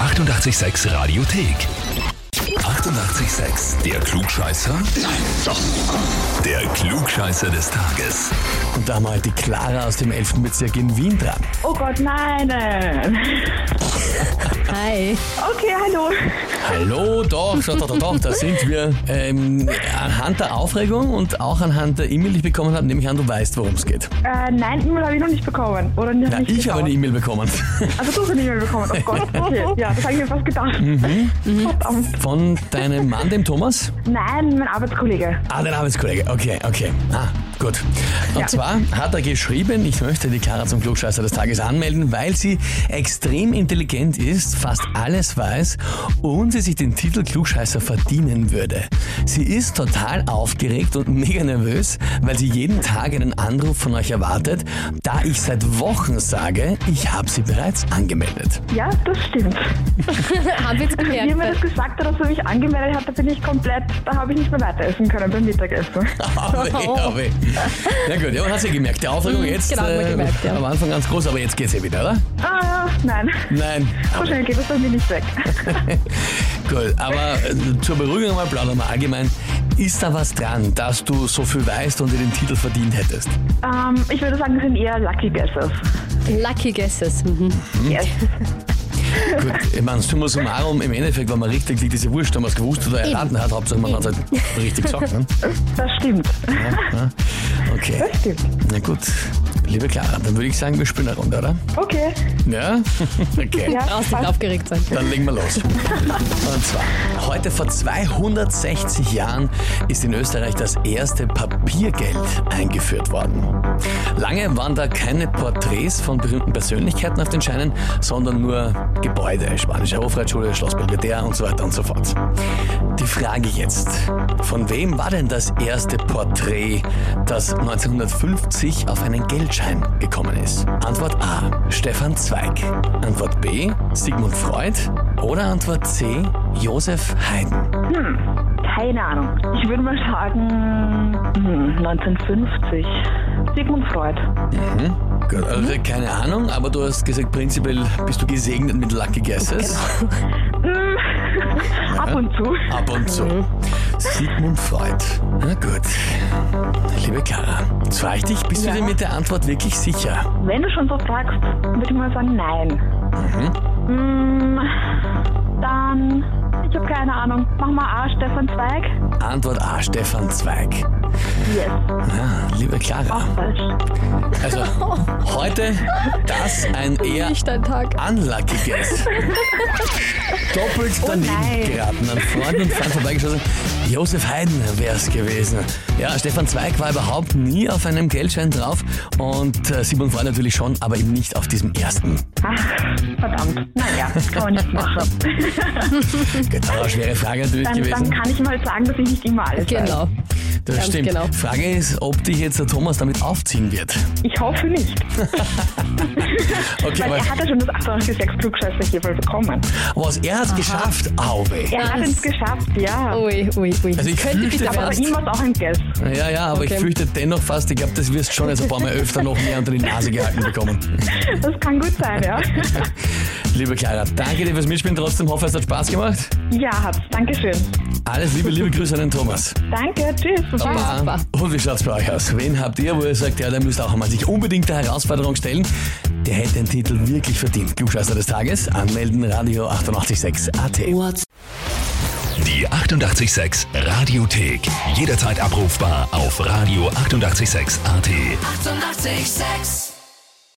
886 Radiothek. 88,6. Der Klugscheißer? Nein, doch. Der Klugscheißer des Tages. Und da haben wir halt die Clara aus dem 11. Bezirk in Wien dran. Oh Gott, nein. äh. Hi. Okay, hallo. Hallo, doch, schaut doch, doch, doch, da sind wir. Ähm, anhand der Aufregung und auch anhand der E-Mail, die ich bekommen habe, nehme ich an, du weißt, worum es geht. Äh, nein, E-Mail habe ich noch nicht bekommen. Oder nicht, Ja, nicht ich habe eine geschaut. E-Mail bekommen Also du hast eine E-Mail bekommen. Oh Gott, okay. Ja, das habe ich mir fast gedacht. Verdammt. von deinem Mann, dem Thomas. Nein, mein Arbeitskollege. Ah, dein Arbeitskollege. Okay, okay. Ah, gut. Und Ja. zwar hat er geschrieben, ich möchte die Clara zum Klugscheißer des Tages anmelden, weil sie extrem intelligent ist, fast alles weiß und sie sich den Titel Klugscheißer verdienen würde. Sie ist total aufgeregt und mega nervös, weil sie jeden Tag einen Anruf von euch erwartet, da ich seit Wochen sage, ich habe sie bereits angemeldet. Ja, das stimmt. Haben wir jetzt Wie er mir gelernt. das gesagt hat, dass er mich angemeldet hat, da bin ich komplett, da habe ich nicht mehr weiter essen können beim Mittagessen. Oh, weh, oh, weh. Na gut, ja, man hat ja gemerkt, die Aufregung jetzt äh, genau, hat man gemerkt, ja. am Anfang ganz groß, aber jetzt geht's eh wieder, oder? Ah, nein. Nein. So schnell geht das bei mir nicht weg. Gut, aber äh, zur Beruhigung mal plaudern wir allgemein. Ist da was dran, dass du so viel weißt und dir den Titel verdient hättest? Ähm, ich würde sagen, das sind eher Lucky Guesses. Lucky Guesses. Mhm. Yes. Gut, ich meine, summa summarum, um. im Endeffekt, wenn man richtig liegt, ist ja wurscht, wenn man es gewusst oder erraten hat, Hauptsache man hat es halt richtig gesagt, ne? Das stimmt. Okay, Das stimmt. na gut. Liebe Clara, dann würde ich sagen, wir spielen eine Runde, oder? Okay. Ja? Okay. Ja, Brauchst nicht aufgeregt sein. Dann legen wir los. Und zwar, heute vor 260 Jahren ist in Österreich das erste Papiergeld eingeführt worden. Lange waren da keine Porträts von berühmten Persönlichkeiten auf den Scheinen, sondern nur Gebäude, Spanische Hofreitschule, Schloss Belvedere und so weiter und so fort. Die Frage jetzt, von wem war denn das erste Porträt, das 1950 auf einen Geldschein gekommen ist? Antwort A, Stefan Zweig. Antwort B, Sigmund Freud. Oder Antwort C, Josef Haydn. Keine Ahnung. Ich würde mal sagen hm, 1950. Sigmund Freud. Gut, Also keine Ahnung, aber du hast gesagt, prinzipiell bist du gesegnet mit Lucky Guesses. Hm, Ab und zu. Ab und zu. Sigmund Freud. Na gut. Liebe Clara, jetzt frage ich dich, bist Ja. du dir mit der Antwort wirklich sicher? Wenn du schon so fragst, würde ich mal sagen nein. Hm, dann, ich habe keine Ahnung. Mach mal A, Stefan Zweig. Antwort A, Stefan Zweig. Yes, Ja, liebe Clara, falsch. also heute das ein eher Nicht dein Tag. unlucky Guess. Doppelt daneben Oh nein. geraten, an Freund und Feind vorbeigeschossen. Josef Haydn wäre es gewesen. Ja, Stefan Zweig war überhaupt nie auf einem Geldschein drauf und äh, Simon Freund natürlich schon, aber eben nicht auf diesem ersten. Ach, verdammt. Naja, kann man nichts machen. Gut, aber schwere Frage natürlich Dann, dann gewesen. kann ich mal sagen, dass ich nicht immer alles weiß. Genau. Das ganz stimmt. genau. Frage ist, ob dich jetzt der Thomas damit aufziehen wird. Ich hoffe nicht. Okay, Weil aber er hat ja schon das 886 Klugscheißer hier voll bekommen. was er hat's geschafft, Auwe. Er hat Was? es geschafft, ja. Ui, ui, ui. Also ich Könnte fürchte, bitte wir Aber was. bei ihm war es auch ein Guess. Ja, ja, aber ich Okay. fürchte dennoch fast, ich glaube, das wirst schon jetzt ein paar Mal öfter noch mehr unter die Nase gehalten bekommen. Das kann gut sein, ja. Liebe Clara, danke dir fürs Mitspielen trotzdem, hoffe es hat Spaß gemacht. Ja, hat's. Dankeschön. Alles Liebe, liebe Grüße an den Thomas. Danke, tschüss. Baba. Ah, Und wie schaut's bei euch aus? Wen habt ihr, wo ihr sagt, ja, der müsst auch einmal sich unbedingt der Herausforderung stellen? Der hätte den Titel wirklich verdient. Klugscheißer des Tages, anmelden, Radio 886 AT. Die 88,6 Radiothek. Jederzeit abrufbar auf radio886.at. 88,6. Eighty-eight, sex.